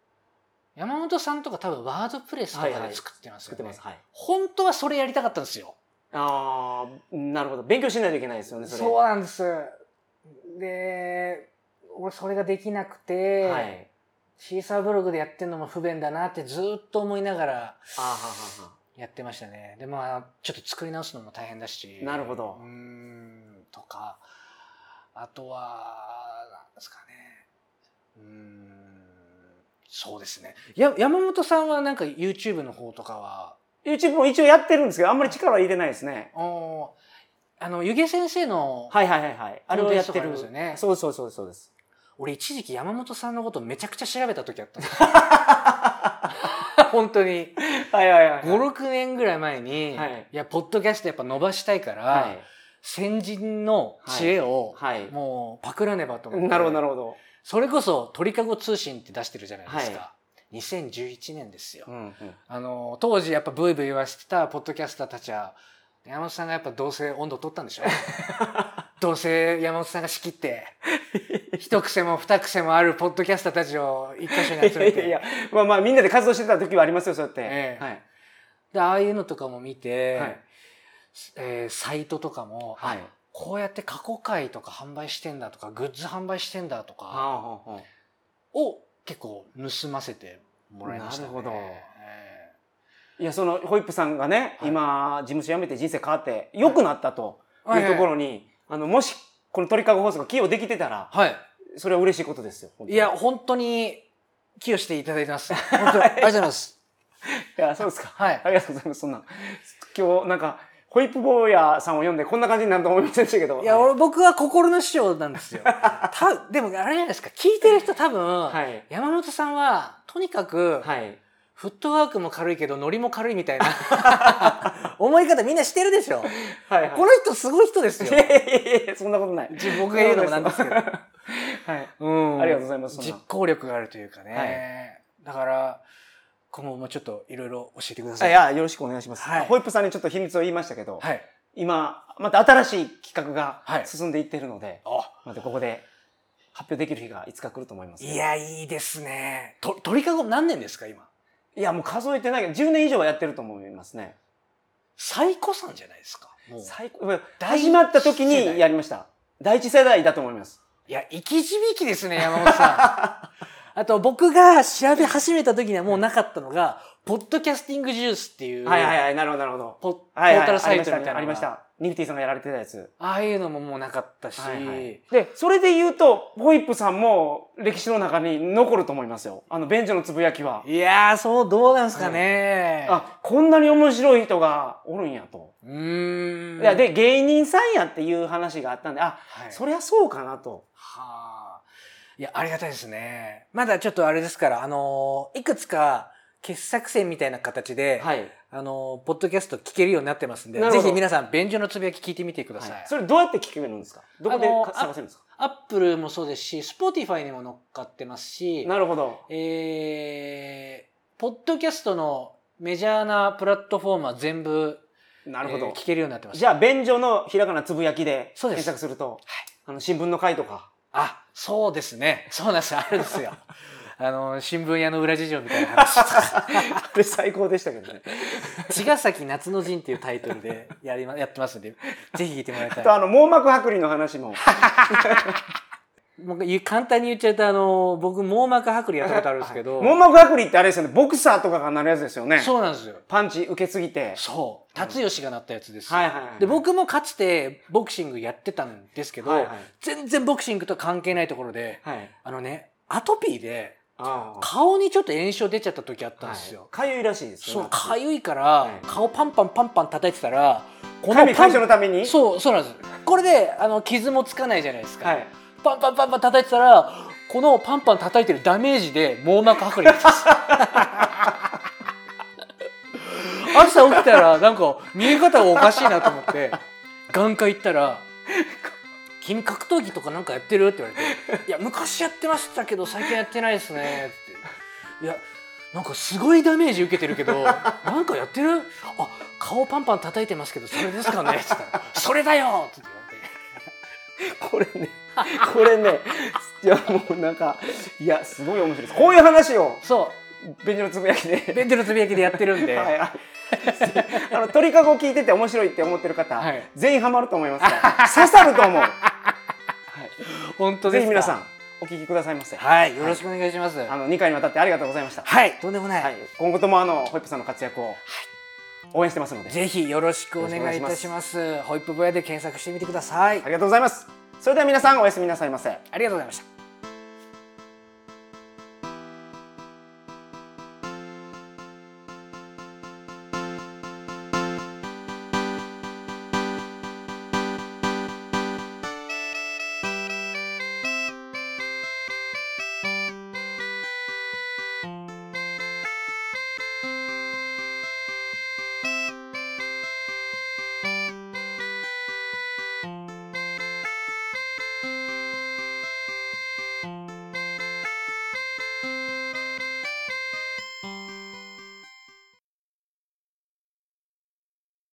Speaker 2: 山本さんとか多分ワードプレスとか
Speaker 1: はいは
Speaker 2: で
Speaker 1: い
Speaker 2: 作ってます
Speaker 1: 作
Speaker 2: よ
Speaker 1: って
Speaker 2: ね。
Speaker 1: ます。はい。
Speaker 2: 本当はそれやりたかったんですよ。
Speaker 1: ああ、なるほど。勉強しないといけないですよね、それ。
Speaker 2: そうなんです。で、俺それができなくて、
Speaker 1: はい。
Speaker 2: シーサーブログでやってるのも不便だなってずーっと思いながら
Speaker 1: あーはーはーは
Speaker 2: やってましたね。で、まあ、ちょっと作り直すのも大変だし。
Speaker 1: なるほど
Speaker 2: うーん、とか、あとは、なんですかね。うーん、そうですね。や、山本さんはなんか YouTube の方とかは、
Speaker 1: ー YouTube も一応やってるんですけど、あんまり力は入れないですね。
Speaker 2: おーあの、ゆげ先生の、
Speaker 1: はいはいはいはい。あれをやって
Speaker 2: コンテンツとかあり
Speaker 1: る。
Speaker 2: ますよね
Speaker 1: そうそうそうそうです。
Speaker 2: 俺一時期山本さんのことめちゃくちゃ調べた時あったんですよ 本当に。
Speaker 1: はいはいはい。
Speaker 2: 56年ぐらい前に、
Speaker 1: はい
Speaker 2: い、やポッドキャストやっぱ伸ばしたいから、
Speaker 1: はい。
Speaker 2: 先人の知恵を、
Speaker 1: はい。
Speaker 2: もうパクらねばと思って
Speaker 1: なるほどなるほど。
Speaker 2: それこそ「鳥かご通信」って出してるじゃないですか、
Speaker 1: は
Speaker 2: 2011年ですよ、
Speaker 1: うんうん。
Speaker 2: あの当時やっぱブイブイ言わせてたポッドキャスターたちは山本さんがやっぱどうせ温度取った んでしょどうせ山本さんが仕切って一癖も二癖もあるポッドキャスターたちを一箇所に
Speaker 1: いや
Speaker 2: 集め
Speaker 1: いや
Speaker 2: て
Speaker 1: いや、まあまあみんなで活動してた時はありますよ、そうやって。
Speaker 2: ええ
Speaker 1: はい。
Speaker 2: でああいうのとかも見て、
Speaker 1: はい
Speaker 2: えーサイトとかも、
Speaker 1: はい。
Speaker 2: こうやって過去回とか販売してんだとかグッズ販売してんだとか
Speaker 1: ああ、
Speaker 2: を結構盗ませてもらいましたね。
Speaker 1: なるほど
Speaker 2: え
Speaker 1: いや、その、ホイップさんがね、
Speaker 2: はい
Speaker 1: 今、事務所辞めて人生変わって、良くなったと
Speaker 2: えはい
Speaker 1: いうところに、あの、もし、この鳥かご放送が寄与できてたら、
Speaker 2: はい。
Speaker 1: それは嬉しいことですよ。本当
Speaker 2: い
Speaker 1: に
Speaker 2: や、、本当に寄与していただい てます。本当にありがとうございます。
Speaker 1: いや、そうですか。
Speaker 2: はい。
Speaker 1: ありがとうございます。そんな。今日、なんか、ホイップ坊やさんを読んで、こんな感じになると思いませんでしたけど。
Speaker 2: いや、
Speaker 1: はい
Speaker 2: 俺、僕は心の師匠なんです よ。た、でもあれじゃないですか、聞いてる人多分、
Speaker 1: はい。
Speaker 2: 山本さんは、とにかく、
Speaker 1: はい。
Speaker 2: フットワークも軽いけど、ノリも軽いみたい な、思い方みんなしてるでしょ。
Speaker 1: はい、はい。
Speaker 2: この人すごい人です
Speaker 1: い
Speaker 2: よ。
Speaker 1: やいやいやいや、そんなことない。
Speaker 2: 自分僕が言うのもなんですけど。
Speaker 1: はい。
Speaker 2: うん
Speaker 1: ありがとうございますそんな
Speaker 2: 実行力があるというかね。だから、今後もちょっといろいろ教えてくだ
Speaker 1: あ
Speaker 2: さ
Speaker 1: い
Speaker 2: い。は
Speaker 1: や、よろしくお願いします。
Speaker 2: はい
Speaker 1: ホイップさんにちょっと秘密を言いましたけど、
Speaker 2: い。
Speaker 1: 今、また新しい企画
Speaker 2: は
Speaker 1: が
Speaker 2: い
Speaker 1: 進んでいってるので、
Speaker 2: あ、
Speaker 1: またここで発表できる日がいつか来ると思います。
Speaker 2: いや、いいですね。と、鳥かご何年ですか、今。
Speaker 1: いや、もう数えてないけど、10年以上はやってると思いますね。
Speaker 2: 最古さんじゃないですか。もう。
Speaker 1: 最高。
Speaker 2: 第一
Speaker 1: 始まった時
Speaker 2: 世
Speaker 1: に
Speaker 2: 代
Speaker 1: やりました。第一世代だと思います。
Speaker 2: いや、生き字引ですね、山本さ ん。あと、僕が調べ始めた時にはもうなかったのが、ポッドキャスティングジュースっていう、
Speaker 1: はいはいはい、なるほどなるほど。
Speaker 2: ポッポ
Speaker 1: はい
Speaker 2: ー
Speaker 1: はい、
Speaker 2: タルサイトみ
Speaker 1: あ
Speaker 2: たい
Speaker 1: りましたありま
Speaker 2: なのが
Speaker 1: した。ニフティさんがやられてたやつ。
Speaker 2: ああいうのももうなかったし、
Speaker 1: はいはいで、それで言うと、ホイップさんも歴史の中に残ると思いますよ。あの、便所のつぶやきは。
Speaker 2: いやー、そう、どうなんすかね。
Speaker 1: あ、こんなに面白い人がおるんやと。
Speaker 2: うーん。
Speaker 1: いや、、で、芸人さんやっていう話があったんで、あ、
Speaker 2: はい、
Speaker 1: そりゃそうかなと。
Speaker 2: はあ。いや、ありがたいですね。まだちょっとあれですから、あのーいくつか傑作選みたいな形で、
Speaker 1: はい。
Speaker 2: あの、ポッドキャスト聞けるようになってますんで、
Speaker 1: なるほ
Speaker 2: ぜ
Speaker 1: ど
Speaker 2: ひ皆さん、便所のつぶやき聞いてみてください。
Speaker 1: はいそれどうやって聞けるんですかどこで
Speaker 2: あの
Speaker 1: 探せるんですか
Speaker 2: アップルもそうですし、スポーティファイにも乗っかってますし、
Speaker 1: なるほど。
Speaker 2: えー、ポッドキャストのメジャーなプラットフォームは全部、
Speaker 1: なるほ
Speaker 2: えー
Speaker 1: ど。
Speaker 2: 聞けるようになってます。
Speaker 1: じゃあ、便所のひらがなつぶやきで
Speaker 2: そうで
Speaker 1: 検
Speaker 2: す
Speaker 1: 索すると、あの、新聞の回と か。
Speaker 2: あ、そうですね。そうなんですよ。あるんで すよ。あの、新聞屋の裏事情みたいな話とか
Speaker 1: あれ最高でしたけどね。
Speaker 2: 茅ヶ崎夏の陣っていうタイトルでやりま、やってますんで、ぜひ聞いてもらいた
Speaker 1: あ
Speaker 2: い
Speaker 1: と、。あの、網膜剥離の話も。
Speaker 2: もう言う簡単に言っちゃうと、あの、僕、網膜剥離やったことあるんですけど、
Speaker 1: 網膜剥離ってあれですよね、ボクサーとかがなるやつですよね。
Speaker 2: そうなんですよ。
Speaker 1: パンチ受けすぎて。
Speaker 2: そう。辰吉がなったやつです。
Speaker 1: はいはいはい
Speaker 2: で、僕もかつてボクシングやってたんですけど、
Speaker 1: はいはい
Speaker 2: 全然ボクシングと関係ないところで、
Speaker 1: はい。
Speaker 2: あのね、アトピーで
Speaker 1: ああ。
Speaker 2: 顔にちょっと炎症出ちゃった時あったんですよ。
Speaker 1: かゆいらしいです
Speaker 2: そ
Speaker 1: よ
Speaker 2: う、
Speaker 1: ね。
Speaker 2: か
Speaker 1: い。
Speaker 2: ゆいから、
Speaker 1: い
Speaker 2: 顔パンパンパンパン叩いてたら、こ
Speaker 1: 神解消のために
Speaker 2: そう、そうなんです。これで、あの、傷もつかないじゃないですか。
Speaker 1: はい。
Speaker 2: パンパンパンパン叩いてたら、このパンパン叩いてるダメージで網膜剥離です。 朝起きたら、なんか、見え方がおかしいなと思って、眼科行ったら、君格闘技とかなんかやってるって言われて、いや、昔やってましたけど、最近やってないですね、って。いや、なんかすごいダメージ受けてるけど、なんかやってるあ、顔パンパン叩いてますけど、それですかねって言ったら、それだよって言われて。
Speaker 1: これね、これね、いやもうなんか、いや、すごい面白いです。こういう話を、
Speaker 2: そう。
Speaker 1: 便所のつぶやきで。
Speaker 2: ベンチのつぶやきでやってるんで、
Speaker 1: はい ああの鳥かご聞いてて面白いって思ってる方、
Speaker 2: はい
Speaker 1: 全員ハマると思いますから 刺さると思う、
Speaker 2: 本当
Speaker 1: ぜ
Speaker 2: で
Speaker 1: ひ
Speaker 2: すか
Speaker 1: 皆さんお聞きくださいませ、
Speaker 2: はい、よろしくお願いします。
Speaker 1: あ
Speaker 2: は
Speaker 1: の2回にわたってありがとうございました、
Speaker 2: い、とんでもない,、
Speaker 1: はい、今後ともあのホイップさんの活躍を応援してますので
Speaker 2: ぜひよろしくお願いいたします。ホイップ小屋で検索してみてください。
Speaker 1: ありがとうございますそれでは皆さんおやすみなさいませ
Speaker 2: ありがとうございました。